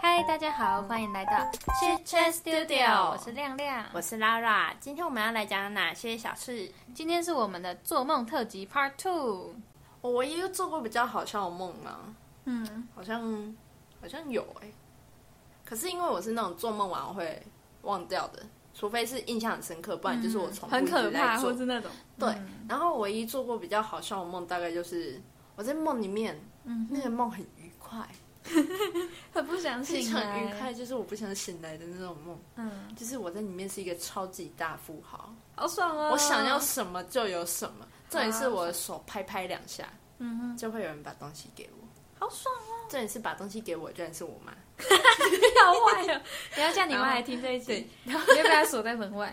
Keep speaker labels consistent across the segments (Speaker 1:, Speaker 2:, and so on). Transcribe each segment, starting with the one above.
Speaker 1: 嗨，大家好，欢迎来到 Chit Chat Studio，我是亮亮。
Speaker 2: 我是 Lara，今天我们要来讲哪些小事？
Speaker 1: 今天是我们的做梦特辑 Part Two。
Speaker 2: 我唯一做过比较好笑的梦吗？
Speaker 1: 嗯，
Speaker 2: 好像好像有哎、可是因为我是那种做梦完会忘掉的，除非是印象很深刻，不然就是我重
Speaker 3: 很
Speaker 1: 嗯
Speaker 2: 复一直在
Speaker 3: 可怕，
Speaker 2: 做
Speaker 3: 或是那种
Speaker 2: 对，然后唯一做过比较好笑的梦，大概就是我在梦里面，那个梦很愉快，
Speaker 1: 嗯很不相
Speaker 2: 非
Speaker 1: 信，啊
Speaker 2: 常愉快，。就是我不想醒来的那种梦。
Speaker 1: 嗯，
Speaker 2: 就是我在里面是一个超级大富豪，
Speaker 1: 好爽哦！
Speaker 2: 我想要什么就有什么。重点是我的手拍拍两下，
Speaker 1: 嗯哼，
Speaker 2: 就会有人把东西给我。
Speaker 1: 好爽哦！
Speaker 2: 重点是把东西给我，居然是我妈。
Speaker 1: 好坏 哦！等一下叫你妈
Speaker 2: 然后
Speaker 1: 来听这一集，你要被她锁在门 外。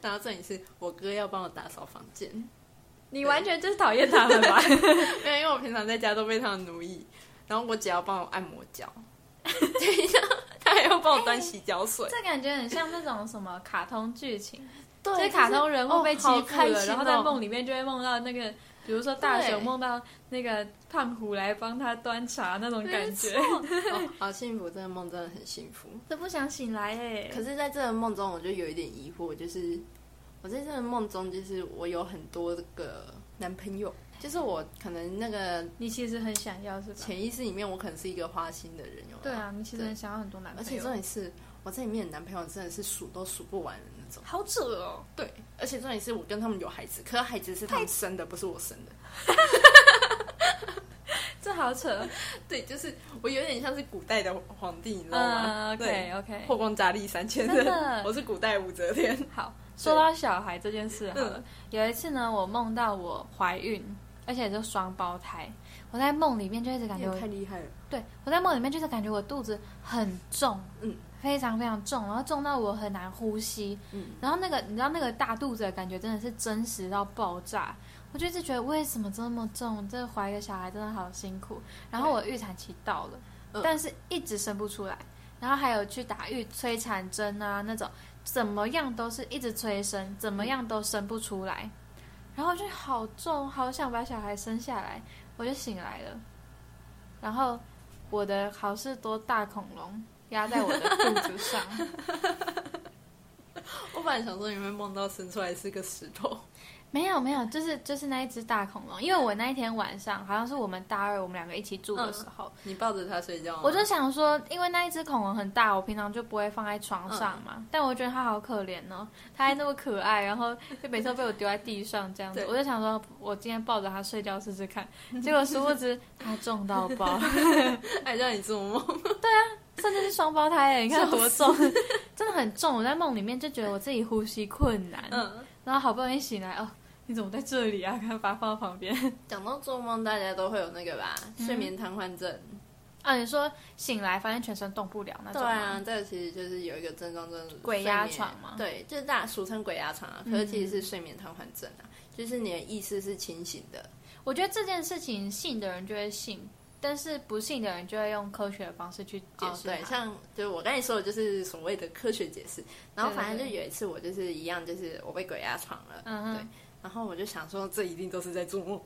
Speaker 2: 然后重点是我哥要帮我打扫房 间，
Speaker 1: 你完全就是讨厌他们吧？
Speaker 2: 没有，因为我平常在家都被他们奴役。然后我姐要帮我按摩脚， 对呀，她还要帮我端洗脚水。
Speaker 1: 这感觉很像那种什么卡通剧情，
Speaker 2: 对
Speaker 1: 哦就是卡通人物被欺
Speaker 2: 哦好
Speaker 1: 负
Speaker 2: 开
Speaker 1: 了，
Speaker 2: 心
Speaker 1: 然后在
Speaker 2: 哦
Speaker 1: 梦里面就会梦到那个，比如说大
Speaker 2: 对
Speaker 1: 雄梦到那个胖虎来帮他端茶那种感觉，
Speaker 2: 哦好幸福，这个梦真的很幸福。
Speaker 1: 这不想醒来哎。
Speaker 2: 可是，在这个梦中，我就有一点疑惑，就是我在这个梦中，就是我有很多个男朋友，就是我可能那个
Speaker 1: 你其实很想要是吧？
Speaker 2: 潜意识里面，我可能是一个花心的人，有没有
Speaker 1: 对，啊，你其实很想要很多男
Speaker 2: 而
Speaker 1: 朋
Speaker 2: 且重
Speaker 1: 友，
Speaker 2: 点是，我在里面的男朋友真的是数都数不完的那种。
Speaker 1: 好扯哦！
Speaker 2: 对，而且重点是我跟他们有孩子，可是孩子是他们生的，不是我生的。
Speaker 1: 这好 扯。
Speaker 2: 对，就是我有点像是古代的皇帝，你知道吗？
Speaker 1: 嗯
Speaker 2: 对
Speaker 1: ，OK，OK，
Speaker 2: 后宫佳丽三千
Speaker 1: 真
Speaker 2: 人
Speaker 1: 的，
Speaker 2: 我是古代武则 天。嗯
Speaker 1: 好。说到小孩这件事好了，有一次呢，我梦到我怀孕，而且就双胞胎。我在梦里面就一直感觉我
Speaker 2: 你也太厉害了，
Speaker 1: 对，我在梦里面就是感觉我肚子很重，
Speaker 2: 嗯，
Speaker 1: 非常非常重，然后重到我很难呼吸，
Speaker 2: 嗯，
Speaker 1: 然后那个你知道那个大肚子的感觉真的是真实到爆炸，我就一直觉得为什么这么重，这怀一个小孩真的好辛苦。然后我预产期到了，
Speaker 2: 嗯
Speaker 1: 但是一直生不出来，然后还有去打预催产针啊那种，怎么样都是一直催生，怎么样都生不出来，然后我就好重，好想把小孩生下来，我就醒来了，然后我的好事多大恐龙压在我的肚子上。
Speaker 2: 我本来想说你会梦到生出来是个石头，
Speaker 1: 没有没有，就是就是那一只大恐龙，因为我那一天晚上好像是我们大二，我们两个一起住的时候，
Speaker 2: 你抱着它睡觉吗
Speaker 1: 我就想说，因为那一只恐龙很大，我平常就不会放在床上嘛，
Speaker 2: 嗯
Speaker 1: 但我觉得它好可怜哦，它还那么可爱，然后就每次都被我丢在地上这样子，
Speaker 2: 对
Speaker 1: 我就想说，我今天抱着它睡觉试试 看，结果殊不知它重到爆，
Speaker 2: 还让你做梦，
Speaker 1: 甚至是双胞胎耶，哎你看多重， 真的很重，我在梦里面就觉得我自己呼吸困难，
Speaker 2: 嗯。
Speaker 1: 然后好不容易醒来哦。你怎么在这里啊？赶快把它放到旁边。
Speaker 2: 讲到做梦，大家都会有那个吧，睡眠瘫痪症。
Speaker 1: 啊，你说醒来发现全身动不了那
Speaker 2: 对
Speaker 1: 种吗？
Speaker 2: 啊，这个其实就是有一个症状，就是
Speaker 1: 鬼压
Speaker 2: 睡眠
Speaker 1: 床吗嗯
Speaker 2: 对，就是大家俗称鬼压床啊，可是其实是睡眠瘫痪症啊，就是你的意识是清醒的。
Speaker 1: 我觉得这件事情信的人就会信，但是不信的人就会用科学的方式去解
Speaker 2: 哦，
Speaker 1: 释它、
Speaker 2: 对，像就是我刚才说的，就是所谓的科学解释。然后
Speaker 1: 对对
Speaker 2: 反正就
Speaker 1: 对
Speaker 2: 有一次，我就是一样，就是我被鬼压床了。
Speaker 1: 嗯哼
Speaker 2: 对。然后我就想说，这一定都是在 做梦。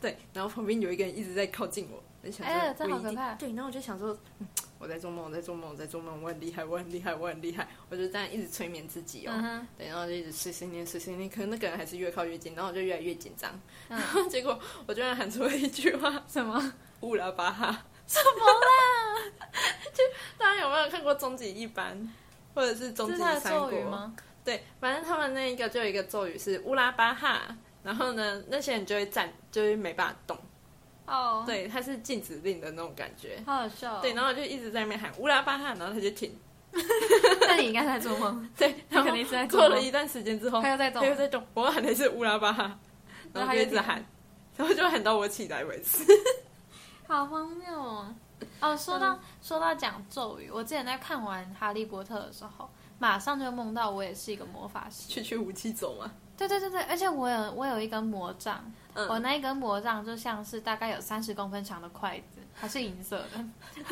Speaker 2: 对，然后旁边有一个人一直在靠近我，我就想说，
Speaker 1: 哎呀这
Speaker 2: 我
Speaker 1: 好
Speaker 2: 一
Speaker 1: 可
Speaker 2: 定
Speaker 1: 怕
Speaker 2: 对，然后我就想说，嗯我在做梦，我在做梦，我在做梦，我很厉害，我很厉害，我很厉害。我就这样一直催眠自己哦。
Speaker 1: 嗯哼，
Speaker 2: 对，然后就一直碎碎念碎碎念，可是那个人还是越靠越近，然后我就越来越紧张。
Speaker 1: 嗯
Speaker 2: 然 后结果我居然喊出了一句话
Speaker 1: 什么？：“
Speaker 2: 乌拉巴哈。” 什么啦？就大家有没有看过《终极一班》或者是《终
Speaker 1: 这
Speaker 2: 极
Speaker 1: 是他的
Speaker 2: 三
Speaker 1: 咒
Speaker 2: 国
Speaker 1: 语》？吗？
Speaker 2: 对，反正他们那一个就有一个咒语是乌拉巴哈，然后呢，那些人就会站，就是没办法动。
Speaker 1: 哦，，
Speaker 2: 对，它是禁止令的那种感觉。
Speaker 1: 好好笑、哦。
Speaker 2: 对，，然后我就一直在那边喊乌拉巴哈，然后他就停。
Speaker 1: 那你应该在做梦，
Speaker 2: 对，然
Speaker 1: 肯
Speaker 2: 后
Speaker 1: 定是在做
Speaker 2: 过
Speaker 1: 梦
Speaker 2: 了一段时间之后，
Speaker 1: 他又在动
Speaker 2: 他又在动。我喊的是乌拉巴哈，然后
Speaker 1: 他
Speaker 2: 就
Speaker 1: 又
Speaker 2: 一直喊，然后就喊到我起来为止。
Speaker 1: 好荒谬哦。哦，说
Speaker 2: 嗯
Speaker 1: 到、说到讲咒语，我之前在看完《哈利波特》的时候，马上就梦到我也是一个魔法师。
Speaker 2: 区区无期走嘛，
Speaker 1: 对对对对，而且我有我有一根魔杖，
Speaker 2: 嗯
Speaker 1: 我那一根魔杖就像是大概有三十公分长的筷子，它是银色的。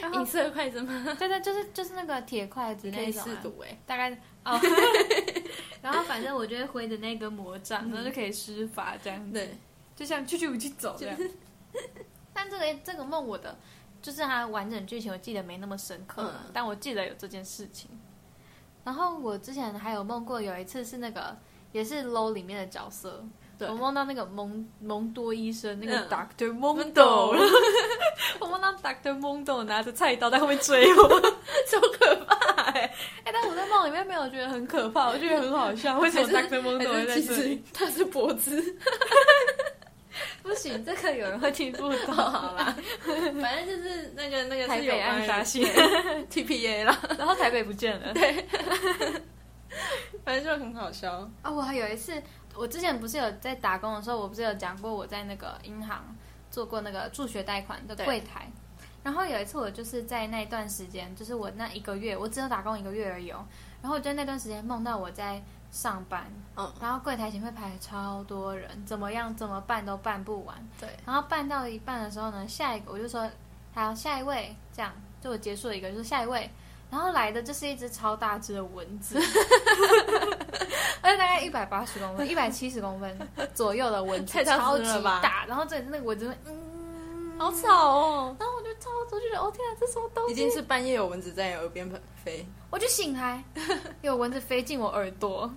Speaker 1: 然后
Speaker 2: 银色筷子吗？
Speaker 1: 对对，就是就是那个铁筷子
Speaker 2: 啊可
Speaker 1: 那
Speaker 2: 以
Speaker 1: 一种、
Speaker 2: 试
Speaker 1: 啊，
Speaker 2: 毒哎，
Speaker 1: 大概 哦。然后反正我就会挥着那根魔杖，然后就可以施法这样子，
Speaker 2: 嗯对，
Speaker 1: 就像去去武器走这样。但这个这个梦我的就是它完整剧情我记得没那么深刻啊、
Speaker 2: 嗯
Speaker 1: 但我记得有这件事情。然后我之前还有梦过有一次是那个也是 low 里面的角色，
Speaker 2: 对
Speaker 1: 我梦到那个蒙蒙多医生，那个
Speaker 2: 嗯
Speaker 1: Doctor Mondo，、我梦到 Doctor Mondo 拿着菜刀在后面追我， 超可怕哎、 哎但我在梦里面没有觉得很可怕，我觉得很好 笑，为什么
Speaker 2: 还是
Speaker 1: Doctor Mondo 会
Speaker 2: 还
Speaker 1: 在
Speaker 2: 是其
Speaker 1: 这里
Speaker 2: 实？他是脖子，
Speaker 1: 不行，这个有人会听不
Speaker 2: 哦
Speaker 1: 懂，好吧？
Speaker 2: 反正就是那个那个
Speaker 1: 台
Speaker 2: 是有
Speaker 1: 北暗杀线，
Speaker 2: TPA 啦，
Speaker 1: 然后台北不见了。
Speaker 2: 反正就很好笑。
Speaker 1: 啊、我还有一次，我之前不是有在打工的时候，我不是有讲过我在那个银行做过那个助学贷款的
Speaker 2: 对
Speaker 1: 柜台。然后有一次，我就是在那段时间，就是我那一个月，我只有打工一个月而已哦。然后我就那段时间梦到我在上班，
Speaker 2: 嗯，
Speaker 1: 然后柜台前会排超多人，怎么样怎么办都办不完。
Speaker 2: 对，
Speaker 1: 然后办到一半的时候呢，下一个我就说好，下一位，这样就我结束了一个，就是下一位。然后来的就是一只超大只的蚊 子，而且大概一百八十公分、一百七十公分左右的蚊子，
Speaker 2: 太大
Speaker 1: 超
Speaker 2: 只
Speaker 1: 级
Speaker 2: 了吧
Speaker 1: 大。然后这那个蚊子会，嗯，
Speaker 2: 好吵哦，
Speaker 1: 然后我就超出去了，哦天啊，这什么东
Speaker 2: 已
Speaker 1: 西？
Speaker 2: 经是半夜有蚊子在你耳边飞，
Speaker 1: 我就醒 来，有蚊子飞进我耳朵，
Speaker 2: 啊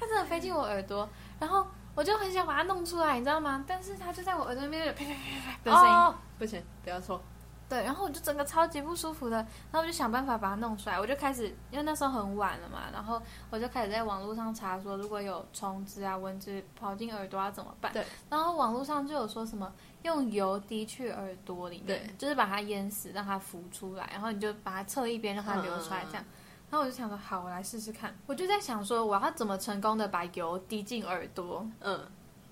Speaker 1: 它真的飞进我耳朵，然后我就很想把它弄出来，你知道吗？但是它就在我耳朵里面有啪啪啪啪啪的声音。
Speaker 2: 哦，不行，不要说，
Speaker 1: 对，然后我就整个超级不舒服的，然后我就想办法把它弄出来，我就开始，因为那时候很晚了嘛，然后我就开始在网络上查说，如果有虫子啊、蚊子跑进耳朵要怎么办？
Speaker 2: 对。
Speaker 1: 然后网络上就有说什么用油滴去耳朵里面，
Speaker 2: 对，
Speaker 1: 就是把它淹死，让它浮出来，然后你就把它侧一边让它流出来
Speaker 2: 嗯嗯嗯
Speaker 1: 这样。然后我就想说，好，我来试试看。我就在想说，我要怎么成功的把油滴进耳朵？
Speaker 2: 嗯，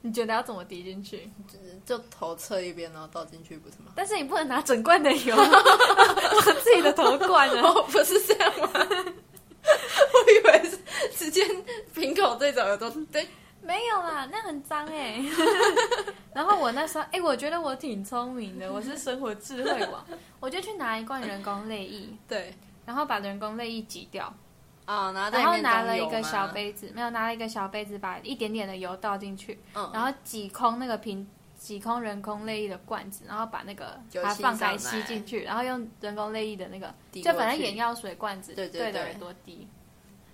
Speaker 1: 你觉得要怎么滴进去？
Speaker 2: 就头侧一边，然后倒进去，不是吗？
Speaker 1: 但是你不能拿整罐的油 往自己的头灌啊！
Speaker 2: 哦，不是这样吗？ 我以为是直接瓶口对着耳朵，对，
Speaker 1: 没有啦，那很脏 哎、然后我那时候，哎、我觉得我挺聪明的，我是生活智慧王， 我就去拿一罐人工泪液，
Speaker 2: 对
Speaker 1: 然后把人工泪液挤掉，
Speaker 2: 啊，然后在
Speaker 1: 然
Speaker 2: 里
Speaker 1: 后
Speaker 2: 面
Speaker 1: 拿
Speaker 2: 装
Speaker 1: 了
Speaker 2: 油
Speaker 1: 一个
Speaker 2: 吗
Speaker 1: 小，杯子，没有拿了一个小杯子，把一点点的油倒进去，
Speaker 2: 嗯，
Speaker 1: 然后挤空那个瓶，挤空人工泪液的罐子，然后把那个
Speaker 2: 酒
Speaker 1: 它
Speaker 2: 吸
Speaker 1: 放开
Speaker 2: 上
Speaker 1: 吸
Speaker 2: 来
Speaker 1: 进去，然后用人工泪液的那个，
Speaker 2: 哦滴
Speaker 1: 就
Speaker 2: 过
Speaker 1: 反正
Speaker 2: 去
Speaker 1: 眼药水罐子
Speaker 2: 对对
Speaker 1: 着
Speaker 2: 对
Speaker 1: 耳朵滴，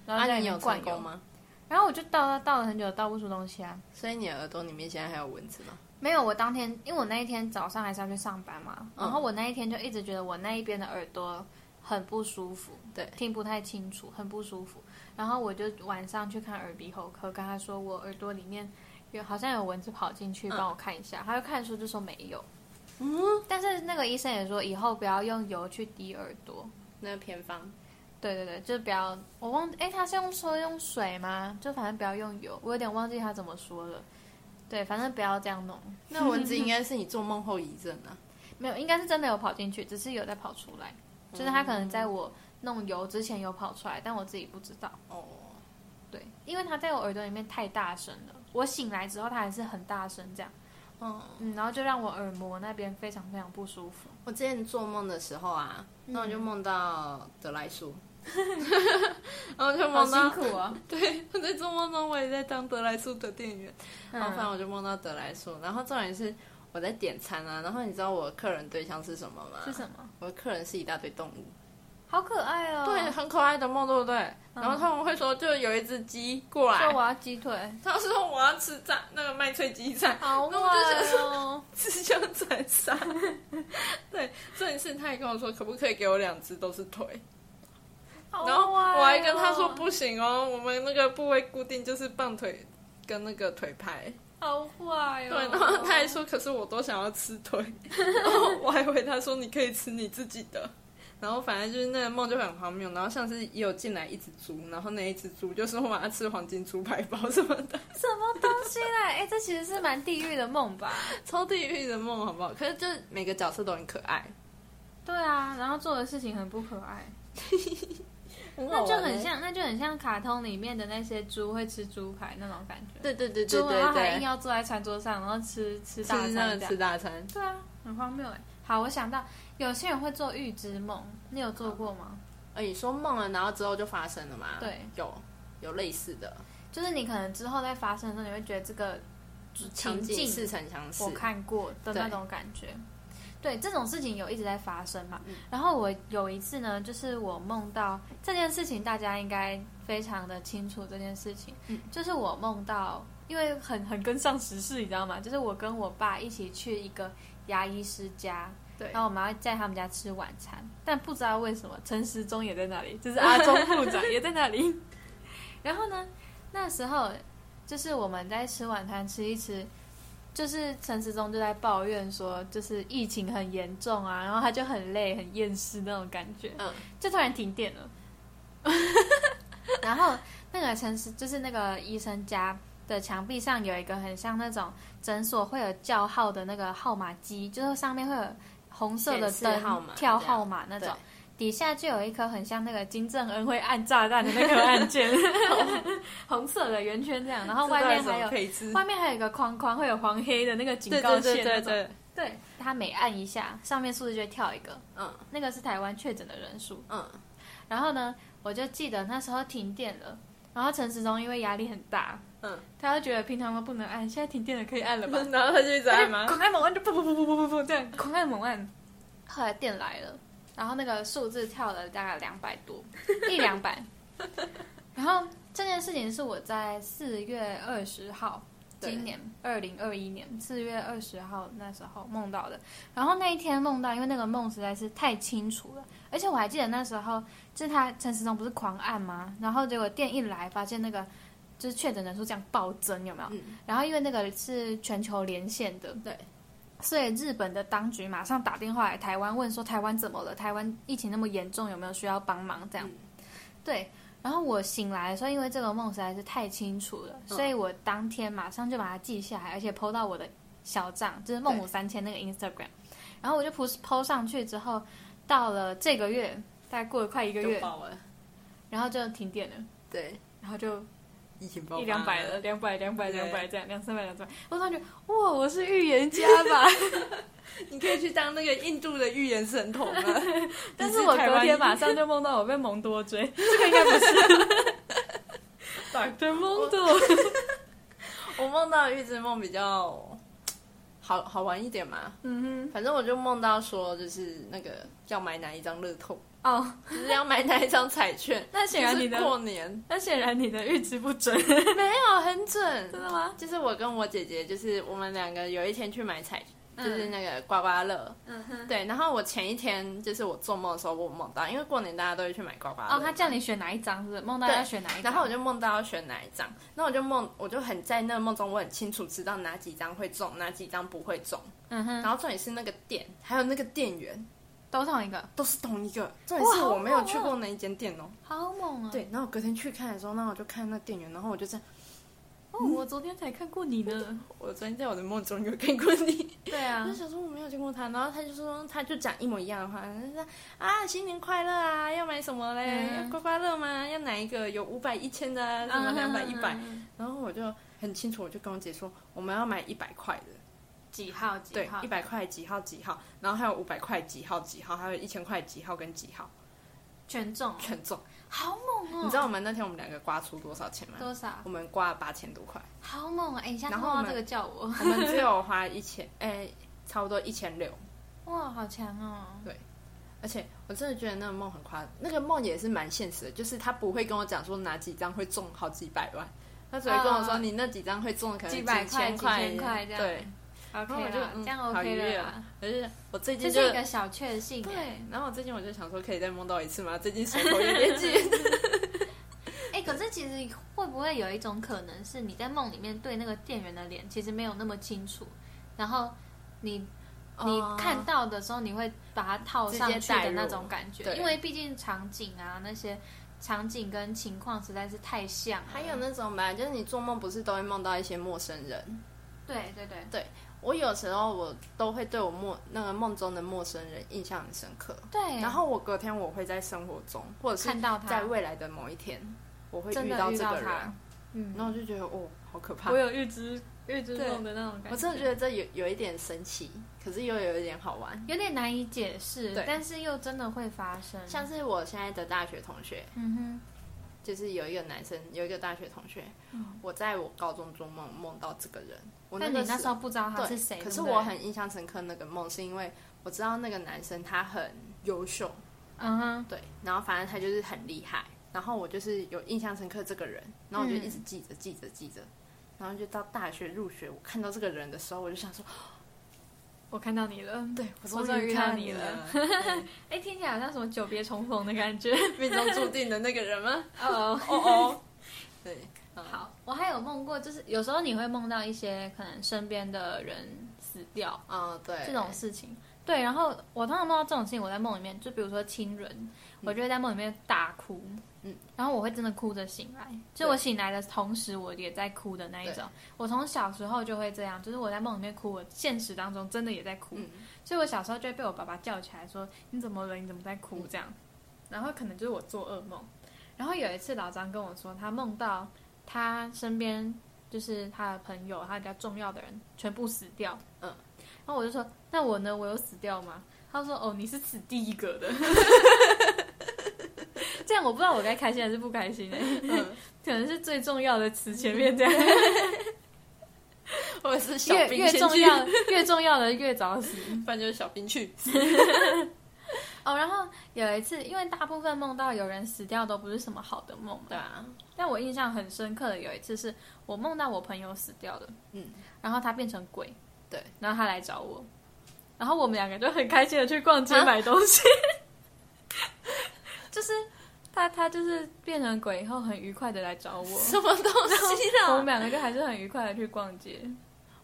Speaker 1: 然后
Speaker 2: 啊，
Speaker 1: 在
Speaker 2: 你
Speaker 1: 里
Speaker 2: 有
Speaker 1: 面灌
Speaker 2: 成
Speaker 1: 油
Speaker 2: 功？吗？
Speaker 1: 然后我就倒倒倒了很久，倒不出东西啊。
Speaker 2: 所以你的耳朵里面现在还有蚊子吗？
Speaker 1: 没有，我当天因为我那一天早上还是要去上班嘛，
Speaker 2: 嗯
Speaker 1: 然后我那一天就一直觉得我那一边的耳朵很不舒服，
Speaker 2: 对
Speaker 1: 听不太清楚，很不舒服。然后我就晚上去看耳鼻喉科，跟他说我耳朵里面有好像有蚊子跑进去，
Speaker 2: 嗯
Speaker 1: 帮我看一下。他就看书就说没有，
Speaker 2: 嗯，
Speaker 1: 但是那个医生也说以后不要用油去滴耳朵。
Speaker 2: 那个偏方，
Speaker 1: 对对对，就是不要，我忘，哎，他是用说用水吗？就反正不要用油，我有点忘记他怎么说了。对，反正不要这样弄。
Speaker 2: 那蚊子应该是你做梦后遗症啊。
Speaker 1: 没有，应该是真的有跑进去，只是有在跑出来，
Speaker 2: 嗯
Speaker 1: 就是它可能在我弄油之前有跑出来，但我自己不知道。
Speaker 2: 哦，
Speaker 1: 对，因为它在我耳朵里面太大声了，我醒来之后它还是很大声这样，
Speaker 2: 嗯，
Speaker 1: 嗯，然后就让我耳膜那边非常非常不舒服。
Speaker 2: 我之前做梦的时候啊，那我就梦到德莱 叔，然后就
Speaker 1: 好
Speaker 2: 梦
Speaker 1: 辛
Speaker 2: 到，
Speaker 1: 苦 哦，
Speaker 2: 对，我在做梦中我也在当德莱叔的店员，然后反正
Speaker 1: 嗯，
Speaker 2: 我就梦到德莱叔，然后重点是我在点餐啊，然后你知道我客人对象是什么吗？
Speaker 1: 是什么？
Speaker 2: 我的客人是一大堆动物，
Speaker 1: 好可爱哦，嗯
Speaker 2: 对，很可爱的梦，对不对？然后他们会说，就有一只鸡过
Speaker 1: 说我
Speaker 2: 来，
Speaker 1: 要鸡腿，
Speaker 2: 他说我要吃炸那个麦脆鸡翅，
Speaker 1: 好可
Speaker 2: 那我就想
Speaker 1: 爱哦，
Speaker 2: 吃香斩 杀。对，这一次他还跟我说，可不可以给我两只都是腿？
Speaker 1: 好
Speaker 2: 然后
Speaker 1: 可爱哦
Speaker 2: 我还跟他说，不行哦，我们那个部位固定就是棒腿跟那个腿排。
Speaker 1: 好坏哦，
Speaker 2: 对，然后他还说，可是我都想要吃腿。 然后我还回他说，你可以吃你自己的。然后反正就是那个梦就很荒谬，然后像是也有进来一只猪，然后那一只猪就说我要吃黄金猪排包什么 的，
Speaker 1: 什么东西啦？哎，这其实是蛮地狱的梦吧？
Speaker 2: 超地狱的梦好不好？可是就是每个角色都很可爱，
Speaker 1: 对啊，然后做的事情很不可爱。那
Speaker 2: 那
Speaker 1: 就很。像，那就很像卡通里面的那些猪会吃猪排那种感觉。
Speaker 2: 对对对对
Speaker 1: 猪
Speaker 2: 对
Speaker 1: 然后还
Speaker 2: 对
Speaker 1: 硬，要坐在餐桌上，然后吃吃大餐
Speaker 2: 吃那
Speaker 1: 这
Speaker 2: 个
Speaker 1: 样
Speaker 2: 吃。大餐，
Speaker 1: 对啊，很荒谬哎。好，我想到有些人会做预知梦，你有做过吗？
Speaker 2: 呃，你说梦了，然后之后就发生了嘛？
Speaker 1: 对，
Speaker 2: 有有类似的
Speaker 1: 就是你可能之后再发生的时候，你会觉得这个情
Speaker 2: 场景
Speaker 1: 境
Speaker 2: 似曾相识
Speaker 1: 我。看过的
Speaker 2: 对
Speaker 1: 那种感觉。对这种事情有一直在发生嘛。
Speaker 2: 嗯
Speaker 1: 然后我有一次呢，就是我梦到这件事情，大家应该非常的清楚这件事情。
Speaker 2: 嗯
Speaker 1: 就是我梦到，因为很 很跟上时事，你知道吗？就是我跟我爸一起去一个牙医师家，
Speaker 2: 对
Speaker 1: 然后我们要在他们家吃晚餐，但不知道为什么陈时中也在那里， 就是
Speaker 2: 啊
Speaker 1: 阿中部长也在那里。然后呢，那时候就是我们在吃晚餐，吃一吃，就是陈时中就在抱怨说，就是疫情很严重啊，然后他就很累、很厌世那种感觉，
Speaker 2: 嗯，
Speaker 1: 就突然停电了。 然后那个陈时就是那个医生家的墙壁上有一个很像那种诊所会有叫号的那个号码机，就是上面会有红色的
Speaker 2: 显示
Speaker 1: 灯
Speaker 2: 号码
Speaker 1: 跳
Speaker 2: 这样
Speaker 1: 号码那种
Speaker 2: 对。
Speaker 1: 底下就有一颗很像那个金正恩会按炸弹的那个按键， 红色的圆圈这样， 然后外面还有
Speaker 2: 配置，
Speaker 1: 外面还有一个框框，会有黄黑的那个警
Speaker 2: 对
Speaker 1: 告
Speaker 2: 对
Speaker 1: 线
Speaker 2: 对
Speaker 1: 那
Speaker 2: 对
Speaker 1: 种。
Speaker 2: 对，
Speaker 1: 对，它每按一下，上面数字就会跳一个，
Speaker 2: 嗯
Speaker 1: 那个是台湾确诊的人数。
Speaker 2: 嗯，
Speaker 1: 然后呢，我就记得那时候停电了，然后陈时中因为压力很大，
Speaker 2: 嗯，
Speaker 1: 他就觉得平常都不能按，现在停电了可以按 了吧？
Speaker 2: 然后他就一直
Speaker 1: 他
Speaker 2: 按
Speaker 1: 就
Speaker 2: 吗？
Speaker 1: 狂按猛按就噗噗噗噗噗噗噗这样狂按猛按。后来电来了，然后那个数字跳了大概两百多， 一两百。然后这件事情是我在四月二十号，
Speaker 2: 对
Speaker 1: 今年二零二一年四月二十号那时候梦到的。然后那一天梦到，因为那个梦实在是太清楚了，而且我还记得那时候就是他陈时中不是狂按吗？然后结果电一来，发现那个就是确诊人数这样暴增，有没有？
Speaker 2: 嗯
Speaker 1: 然后因为那个是全球连线的，
Speaker 2: 对，
Speaker 1: 所以日本的当局马上打电话来台湾，问说台湾怎么了？台湾疫情那么严重，有没有需要帮忙？这样，
Speaker 2: 嗯
Speaker 1: 对。然后我醒来的时候，因为这个梦实在是太清楚了，
Speaker 2: 嗯
Speaker 1: 所以我当天马上就把它记下来，而且 PO 到我的小账，
Speaker 2: 嗯
Speaker 1: 就是孟母三迁那个 Instagram。然后我就 po po 上去之后，到了这个月，大概过了快一个
Speaker 2: 就
Speaker 1: 月，
Speaker 2: 爆了，
Speaker 1: 然后就停电了，
Speaker 2: 对，
Speaker 1: 然后就
Speaker 2: 疫情爆发
Speaker 1: 一两百了，，两百两百
Speaker 2: 对
Speaker 1: 两百这样，两三百两三百，我突然觉得哇，我是预言家吧？
Speaker 2: 你可以去当那个印度的预言神童啊。
Speaker 1: 但是我隔天马
Speaker 2: 吧，
Speaker 1: 上就梦到我被蒙多 追，这个应该不 是。Doctor 蒙多，
Speaker 2: 我梦到预知梦比较好好玩一点嘛，
Speaker 1: 嗯
Speaker 2: 反正我就梦到说，就是那个要买哪一张乐透，
Speaker 1: 哼，哦，。
Speaker 2: 就是要买哪一张彩券
Speaker 1: 那显然你
Speaker 2: 就是过
Speaker 1: 的，
Speaker 2: 年
Speaker 1: 那显然你的预知不准，
Speaker 2: 没有很准，
Speaker 1: 真的吗？
Speaker 2: 就是我跟我姐姐，就是我们两个有一天去买彩，
Speaker 1: 嗯
Speaker 2: 就是那个刮刮乐。
Speaker 1: 嗯哼，
Speaker 2: 对，然后我前一天就是我做梦的时候，我梦到，因为过年大家都会去买刮刮乐。
Speaker 1: 哦，他叫你选哪一张是不是？梦到
Speaker 2: 对
Speaker 1: 要选哪一张？
Speaker 2: 然后我就梦到要选哪一张，那我就梦，我就很在那个梦中，我很清楚知道哪几张会中，哪几张不会中。
Speaker 1: 嗯哼，
Speaker 2: 然后重点是那个店，还有那个店员
Speaker 1: 都上一个，
Speaker 2: 都是同一个。重点是
Speaker 1: 哇好
Speaker 2: 我没有
Speaker 1: 猛
Speaker 2: 去
Speaker 1: 哦
Speaker 2: 过那一间店哦。
Speaker 1: 好猛啊！，
Speaker 2: 对，然后我隔天去看的时候，那我就看那店员，然后我就这样，
Speaker 1: 哦，我昨天才看过你呢。
Speaker 2: 我昨天在我的梦中有看过你，
Speaker 1: 对
Speaker 2: 我
Speaker 1: 啊
Speaker 2: 就，想说我没有见过他，然后他就说他就讲一模一样的话，他就说啊新年快乐啊，要买什么嘞？
Speaker 1: 嗯
Speaker 2: 要刮刮乐吗？要哪一个？有五百、一千的啊，什么两百、一百、
Speaker 1: 嗯
Speaker 2: 然后我就很清楚，我就跟我姐说我们要买一百块的，
Speaker 1: 几号几
Speaker 2: 对
Speaker 1: 号，
Speaker 2: 一？百块几号几号，然后还有五百块几号几号，还有一千块几号跟几号，
Speaker 1: 全中哦，
Speaker 2: 全中。
Speaker 1: 好猛哦！
Speaker 2: 你知道我们那天我们两个刮出多少钱吗？
Speaker 1: 多少？
Speaker 2: 我们刮了八千多 块。
Speaker 1: 好猛啊！哎，你下次
Speaker 2: 然
Speaker 1: 梦
Speaker 2: 后
Speaker 1: 到
Speaker 2: 我们
Speaker 1: 这个叫我，
Speaker 2: 我们只有花一千，哎、差不多一千六。
Speaker 1: 哇，好强哦！
Speaker 2: 而且我真的觉得那个梦很夸张，那个梦也是蛮现实的，就是他不会跟我讲说哪几张会中好几百万，他只会跟我说
Speaker 1: 啊
Speaker 2: 你那几张会中可能
Speaker 1: 几百块
Speaker 2: 千
Speaker 1: 几千块这样
Speaker 2: 对，后我
Speaker 1: OK
Speaker 2: 就
Speaker 1: 啦，
Speaker 2: 嗯
Speaker 1: 这样
Speaker 2: 好愉
Speaker 1: OK
Speaker 2: 悦
Speaker 1: 了
Speaker 2: 啊
Speaker 1: 啦。
Speaker 2: 可是我最
Speaker 1: 这
Speaker 2: 近就是
Speaker 1: 一个小确幸
Speaker 2: 对
Speaker 1: 哎、，
Speaker 2: 然后我最近我就想说可以再梦到一次吗？最近手头有点 紧，
Speaker 1: 哎、可是其实会不会有一种可能是你在梦里面对那个店员的脸其实没有那么清楚，然后你
Speaker 2: 哦
Speaker 1: 你看到的时候你会把它套上
Speaker 2: 直
Speaker 1: 去
Speaker 2: 接带
Speaker 1: 的
Speaker 2: 入
Speaker 1: 那种感觉，
Speaker 2: 对
Speaker 1: 因为毕竟场景啊那些场景跟情况实在是太像了。
Speaker 2: 还有那种吧，就是你做梦不是都会梦到一些陌生人，
Speaker 1: 对对对，
Speaker 2: 我有时候我都会对我陌那个梦中的陌生人印象很深刻。
Speaker 1: 对，
Speaker 2: 然后我隔天我会在生活中，或者是
Speaker 1: 看到他
Speaker 2: 在未来的某一天，我会
Speaker 1: 真
Speaker 2: 遇
Speaker 1: 的
Speaker 2: 到这个人，
Speaker 1: 他，嗯
Speaker 2: 然，后我就觉得哦，好可怕
Speaker 1: 我！有预知预知
Speaker 2: 对
Speaker 1: 梦的那种感觉，
Speaker 2: 我真的觉得这有有一点神奇，可是又有一点好玩。
Speaker 1: 有点难以解释
Speaker 2: 对，
Speaker 1: 但是又真的会发生。
Speaker 2: 像是我现在的大学同学，
Speaker 1: 嗯哼。
Speaker 2: 就是有一个男生，有一个大学同学，我在我高中做梦梦到这个人，我
Speaker 1: 但嗯
Speaker 2: 个
Speaker 1: 你那时候不知道他
Speaker 2: 对
Speaker 1: 是谁，
Speaker 2: 可是
Speaker 1: 对不对
Speaker 2: 我很印象深刻那个梦，是因为我知道那个男生他很优秀，
Speaker 1: 嗯哼，
Speaker 2: 对，然后反正他就是很厉害，然后我就是有印象深刻这个人，然后我就一直
Speaker 1: 嗯
Speaker 2: 记着记着记着，然后就到大学入学，我看到这个人的时候，我就想说，
Speaker 1: 我看到你了，
Speaker 2: 对
Speaker 1: 哎我
Speaker 2: 终
Speaker 1: 终于
Speaker 2: 于
Speaker 1: 看到
Speaker 2: 你
Speaker 1: 你了，
Speaker 2: 对
Speaker 1: 哎，听起来好像什么久别重逢的感觉。
Speaker 2: 命中注定的那个人吗？
Speaker 1: 哦，
Speaker 2: 哦哦，对，嗯，
Speaker 1: 好，我还有梦过，就是有时候你会梦到一些可能身边的人死掉
Speaker 2: 嗯，对，
Speaker 1: 这种事情。对，然后我通常梦到这种事情，我在梦里面，就比如说亲人，我就会在梦里面大哭，
Speaker 2: 嗯，
Speaker 1: 然后我会真的哭着醒来，就我醒来的同时，我也在哭的那一种。我从小时候就会这样，就是我在梦里面哭，我现实当中真的也在哭，
Speaker 2: 嗯，
Speaker 1: 所以我小时候就会被我爸爸叫起来说：“你怎么了？你怎么在哭？”这样，然后可能就是我做噩梦。然后有一次老张跟我说，他梦到他身边就是他的朋友，他比较重要的人全部死掉。
Speaker 2: 嗯，
Speaker 1: 然后我就说：“那我呢？我有死掉吗？”他说：“哦，你是死第一个的。” 这样我不知道我该开心还是不开心呢、欸
Speaker 2: 嗯
Speaker 1: 可能是最重要的词前面这样。
Speaker 2: 或者是小
Speaker 1: 越
Speaker 2: 兵
Speaker 1: 越
Speaker 2: 先
Speaker 1: 重
Speaker 2: 去，
Speaker 1: 要越重要的越早死。
Speaker 2: 不然就是小兵去，
Speaker 1: 哦，然后有一次，因为大部分梦到有人死掉都不是什么好的梦嘛，
Speaker 2: 对啊，
Speaker 1: 但我印象很深刻的有一次是我梦到我朋友死掉了，
Speaker 2: 嗯，
Speaker 1: 然后他变成鬼，
Speaker 2: 对，
Speaker 1: 然后他来找我，然后我们两个就很开心的去逛街
Speaker 2: 啊
Speaker 1: 买东西， 就是他他就是变成鬼以后很愉快的来找我，
Speaker 2: 什么东西
Speaker 1: 我
Speaker 2: 啊
Speaker 1: 们？两个就还是很愉快的去逛街，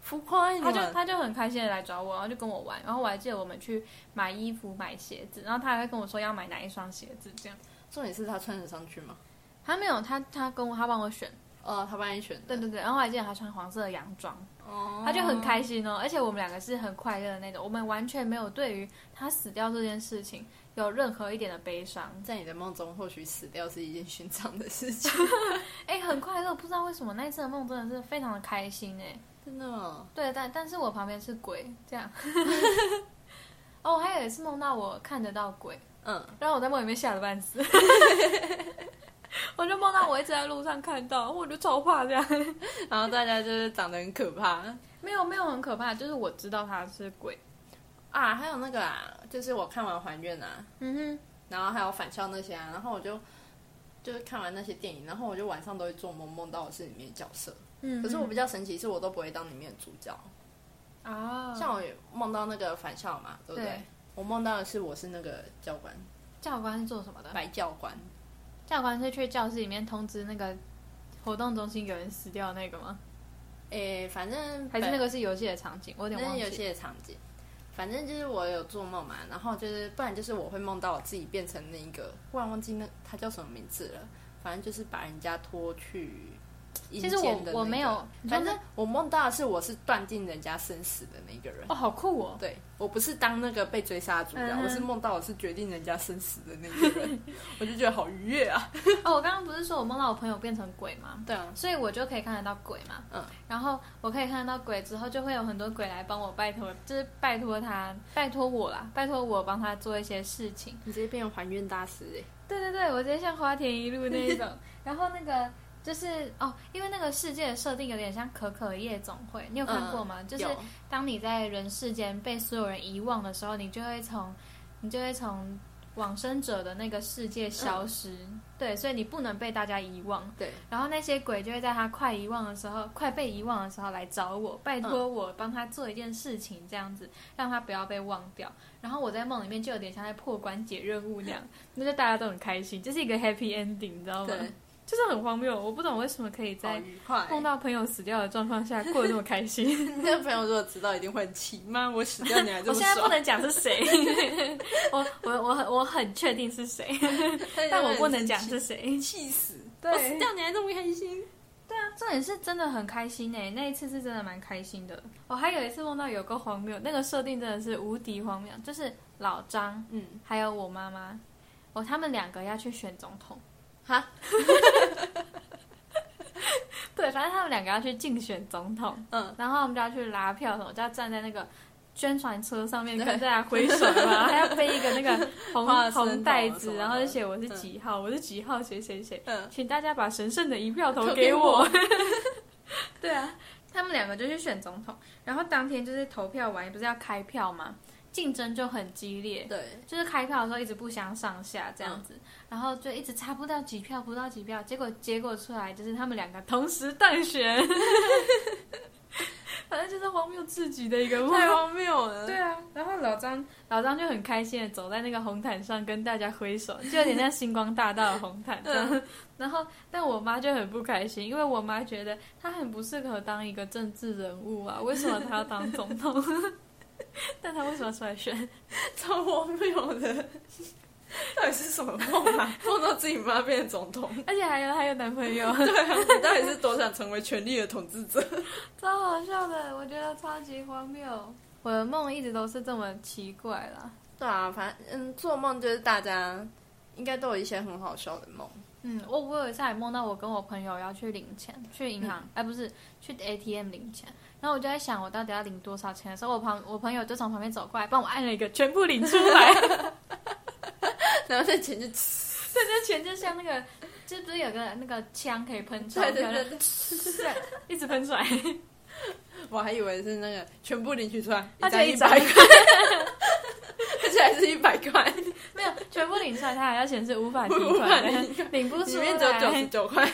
Speaker 2: 浮夸你
Speaker 1: 他
Speaker 2: 们，
Speaker 1: 就他就很开心的来找我，然后就跟我玩，然后我还记得我们去买衣服买鞋子，然后他还跟我说要买哪一双鞋子这样。
Speaker 2: 重点是他穿得上去吗？
Speaker 1: 他没有，他他跟我他帮我选，
Speaker 2: 哦，他帮你选
Speaker 1: 对
Speaker 2: 的，
Speaker 1: 对对，然后我还记得他穿黄色的洋装，
Speaker 2: 哦
Speaker 1: 他就很开心哦，而且我们两个是很快乐的那种，我们完全没有对于他死掉这件事情有任何一点的悲伤，
Speaker 2: 在你的梦中，或许死掉是一件寻常的事情，
Speaker 1: 哎，很快乐，不知道为什么那一次的梦真的是非常的开心哎，
Speaker 2: 真的哦。
Speaker 1: 对，但但是我旁边是鬼，这样， 哦，我还有一次梦到我看得到鬼，
Speaker 2: 嗯，
Speaker 1: 然后我在梦里面吓得半死。 我就梦到我一直在路上看到，我就超怕这样。
Speaker 2: 然后大家就是长得很可怕
Speaker 1: 没有没有很可怕，就是我知道他是鬼。
Speaker 2: 啊。还有那个啊，就是我看完《还愿》啊，
Speaker 1: 嗯哼，
Speaker 2: 然后还有返校那些啊，然后我就就是看完那些电影，然后我就晚上都会做梦，梦到我是里面的角色。
Speaker 1: 嗯，
Speaker 2: 可是我比较神奇，是我都不会当里面的主角。
Speaker 1: 啊，
Speaker 2: 像我有梦到那个返校嘛，对嗯不对？
Speaker 1: 对
Speaker 2: 我梦到的是我是那个教官，
Speaker 1: 教官是做什么 的？
Speaker 2: 白教官。
Speaker 1: 教官是去教室里面通知那个活动中心有人死掉那个吗？
Speaker 2: 诶，反正
Speaker 1: 还是
Speaker 2: 本
Speaker 1: 那个是游戏的场景？我有点
Speaker 2: 那
Speaker 1: 忘
Speaker 2: 是游
Speaker 1: 记。
Speaker 2: 戏的场景。反正就是我有做梦嘛，然后就是不然就是我会梦到我自己变成那一个，忽然忘记那他叫什么名字了。反正就是把人家拖去阴
Speaker 1: 其
Speaker 2: 间
Speaker 1: 实我
Speaker 2: 的、那个
Speaker 1: 我没有，你说
Speaker 2: 反
Speaker 1: 那
Speaker 2: 正我梦到的是我是断定人家生死的那一个人。
Speaker 1: 哦，好酷哦！
Speaker 2: 对我不是当那个被追杀的主角，
Speaker 1: 嗯哼
Speaker 2: 我是梦到我是决定人家生死的那一个人， 我就觉得好愉悦啊！
Speaker 1: 哦，我刚刚不是说我梦到我朋友变成鬼吗？
Speaker 2: 对啊，
Speaker 1: 所以我就可以看得到鬼嘛，
Speaker 2: 嗯，
Speaker 1: 然后我可以看得到鬼之后，就会有很多鬼来帮我拜托，就是拜托他，拜托我啦，拜托我帮他做一些事情。
Speaker 2: 你直接变成还愿大师哎、
Speaker 1: 对对对，我直接像花田一路那一 种。嗯然后那个就是哦，因为那个世界的设定有点像《可可夜总会》，你有看过吗？就是
Speaker 2: 有
Speaker 1: 当你在人世间被所有人遗忘的时候，你就会从你就会从往生者的那个世界消失。对，所以你不能被大家遗忘。
Speaker 2: 对，
Speaker 1: 然后那些鬼就会在他快遗忘的时候，快被遗忘的时候来找我，拜托我帮他做一件事情，这样子让他不要被忘掉。然后我在梦里面就有点像在破关解任务 那样，那就大家都很开心，这是一个 happy ending，你知道吗？
Speaker 2: 对，
Speaker 1: 就是很荒谬，我不懂为什么可以
Speaker 2: 好
Speaker 1: 在
Speaker 2: 愉快、
Speaker 1: 碰到朋友死掉的状况下过得那么开心。
Speaker 2: 你那个朋友如果知道，一定会很气妈， 我死掉你还 这
Speaker 1: 我
Speaker 2: 么
Speaker 1: 现在
Speaker 2: 爽
Speaker 1: 不，能讲是谁， 我我我很我很确定是谁， 但我不能讲是谁。
Speaker 2: 气死。
Speaker 1: 对
Speaker 2: 我死掉你还这么开心，
Speaker 1: 重点是真的很开心哎、那一次是真的蛮开心的。我还有一次梦到有个荒谬，那个设定真的是无敌荒谬，就是老张
Speaker 2: 嗯，
Speaker 1: 还有我妈妈，哦，他们两个要去选总统，
Speaker 2: 哈，
Speaker 1: 对，反正他们两个要去竞选总统，
Speaker 2: 嗯，
Speaker 1: 然后我们就要去拉票什么，就要站在那个。宣传车上面
Speaker 2: 对
Speaker 1: 跟大家挥手嘛， 还要背一个那个
Speaker 2: 花
Speaker 1: 红
Speaker 2: 生
Speaker 1: 红袋
Speaker 2: 什
Speaker 1: 子，
Speaker 2: 么的
Speaker 1: 然后就写我是几号，我是几号谁谁谁，
Speaker 2: 嗯，
Speaker 1: 请大家把神圣的一票投
Speaker 2: 投
Speaker 1: 给
Speaker 2: 给
Speaker 1: 我
Speaker 2: 我。
Speaker 1: 对啊，他们两个就去选总统，然后当天就是投票完，不是要开票吗？竞争就很激烈，
Speaker 2: 对，
Speaker 1: 就是开票的时候一直不相上下这样子，然后就一直差不到几票，不到几票，结果结果出来就是他们两个同时当 选，反正就是荒谬至极的一个梦。
Speaker 2: 太荒谬了。
Speaker 1: 对，啊，
Speaker 2: 然后老张
Speaker 1: 老张就很开心的走在那个红毯上跟大家挥手， 就有点像星光大道的红毯这样。嗯 然后，但我妈就很不开心，因为我妈觉得她很不适合当一个政治人物啊，为什么她要当总统？ 但她为什么要出来选？
Speaker 2: 超荒谬的，到底是什么梦 啊？梦到自己妈变成总统，
Speaker 1: 而且还有还有男朋 友，
Speaker 2: 对啊，你到底是多想成为权力的统治者？
Speaker 1: 超好笑的，我觉得超级荒谬。我的梦一直都是这么奇怪啦。
Speaker 2: 对啊，反正嗯，做梦就是大家应该都有一些很好笑的梦。
Speaker 1: 嗯，我我有一次还梦到我跟我朋友要去领钱，去银行，哎、不是去 ATM 领钱，然后我就在想我到底要领多少钱的时候，我旁我朋友就从旁边走过来，帮我按了一个全部领出来，
Speaker 2: 然后再前去，
Speaker 1: 这就钱就像那个，就不是有个那个枪可以喷钞
Speaker 2: 对
Speaker 1: 票，
Speaker 2: 对对对，
Speaker 1: 对，一直喷出来，
Speaker 2: 我还以为是那个全部领取出来，
Speaker 1: 他就
Speaker 2: 一
Speaker 1: 一
Speaker 2: 张
Speaker 1: 张
Speaker 2: 啊一百块， 而且还是一百 块，
Speaker 1: 没有全部领出来，它还要显示无法提
Speaker 2: 无法
Speaker 1: 款，
Speaker 2: 领出
Speaker 1: 领不
Speaker 2: 里
Speaker 1: 出
Speaker 2: 面只有九十
Speaker 1: 来，
Speaker 2: 九块，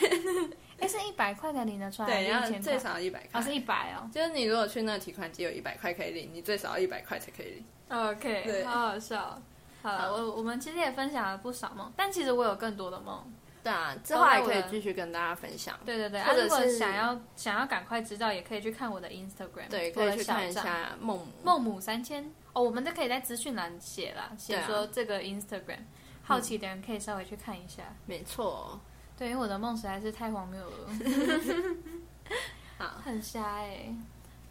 Speaker 1: 哎，是一百块才领得出来，
Speaker 2: 对，然
Speaker 1: 还
Speaker 2: 后
Speaker 1: 是啊一
Speaker 2: 最
Speaker 1: 千块，
Speaker 2: 少一百
Speaker 1: 哦
Speaker 2: 块。
Speaker 1: 是一百哦，
Speaker 2: 就是你如果去那个提款机有一百块可以领，你最少要一百块才可以领。对
Speaker 1: OK，好好笑。哦好了，
Speaker 2: 好
Speaker 1: 我我们其实也分享了不少梦，但其实我有更多的梦。
Speaker 2: 对啊，之
Speaker 1: 后还可以继
Speaker 2: 续跟大家分享。
Speaker 1: 对对对，
Speaker 2: 或
Speaker 1: 啊，
Speaker 2: 者
Speaker 1: 如果
Speaker 2: 是
Speaker 1: 想要想要赶快知道，也可以去看我的 Instagram，
Speaker 2: 对，
Speaker 1: 我
Speaker 2: 可以
Speaker 1: 的
Speaker 2: 去
Speaker 1: 小
Speaker 2: 看一
Speaker 1: 账
Speaker 2: 下梦母。
Speaker 1: 孟母三迁哦，我们都可以在资讯栏写啦，写
Speaker 2: 对啊
Speaker 1: 说这个 Instagram，、好奇的人可以稍微去看一下。
Speaker 2: 没错，
Speaker 1: 对，因为我的梦实在是太荒谬了，
Speaker 2: 好，
Speaker 1: 很瞎哎、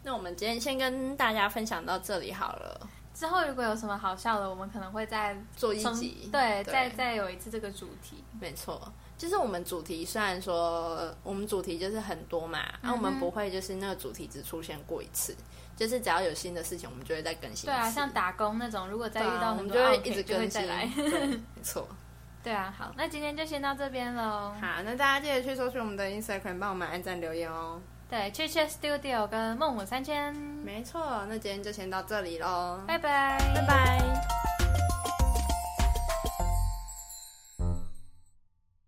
Speaker 2: 那我们今天先跟大家分享到这里好了，
Speaker 1: 之后如果有什么好笑的，我们可能会再
Speaker 2: 做一
Speaker 1: 重
Speaker 2: 集。
Speaker 1: 对，
Speaker 2: 对
Speaker 1: 再再有一次这个主题。
Speaker 2: 没错，就是我们主题虽然说我们主题就是很多嘛，
Speaker 1: 嗯
Speaker 2: 那、
Speaker 1: 哼
Speaker 2: 我们不会就是那个主题只出现过一次，就是只要有新的事情，我们就会再更新一次。啊
Speaker 1: 对啊，像打工那种，如果再遇到
Speaker 2: 我
Speaker 1: 很
Speaker 2: 们
Speaker 1: 多
Speaker 2: 就会
Speaker 1: OK，
Speaker 2: 一直
Speaker 1: 就会
Speaker 2: 更新。
Speaker 1: 再来。
Speaker 2: 对，没错。
Speaker 1: 对啊，好，那今天就先到这边喽。
Speaker 2: 好，那大家记得去搜寻我们的 Instagram，帮我们按赞留言哦。
Speaker 1: 对，雀雀 Studio 跟孟母三迁，
Speaker 2: 没错，那今天就先到这里喽，
Speaker 1: 嗯拜拜，拜
Speaker 2: 拜拜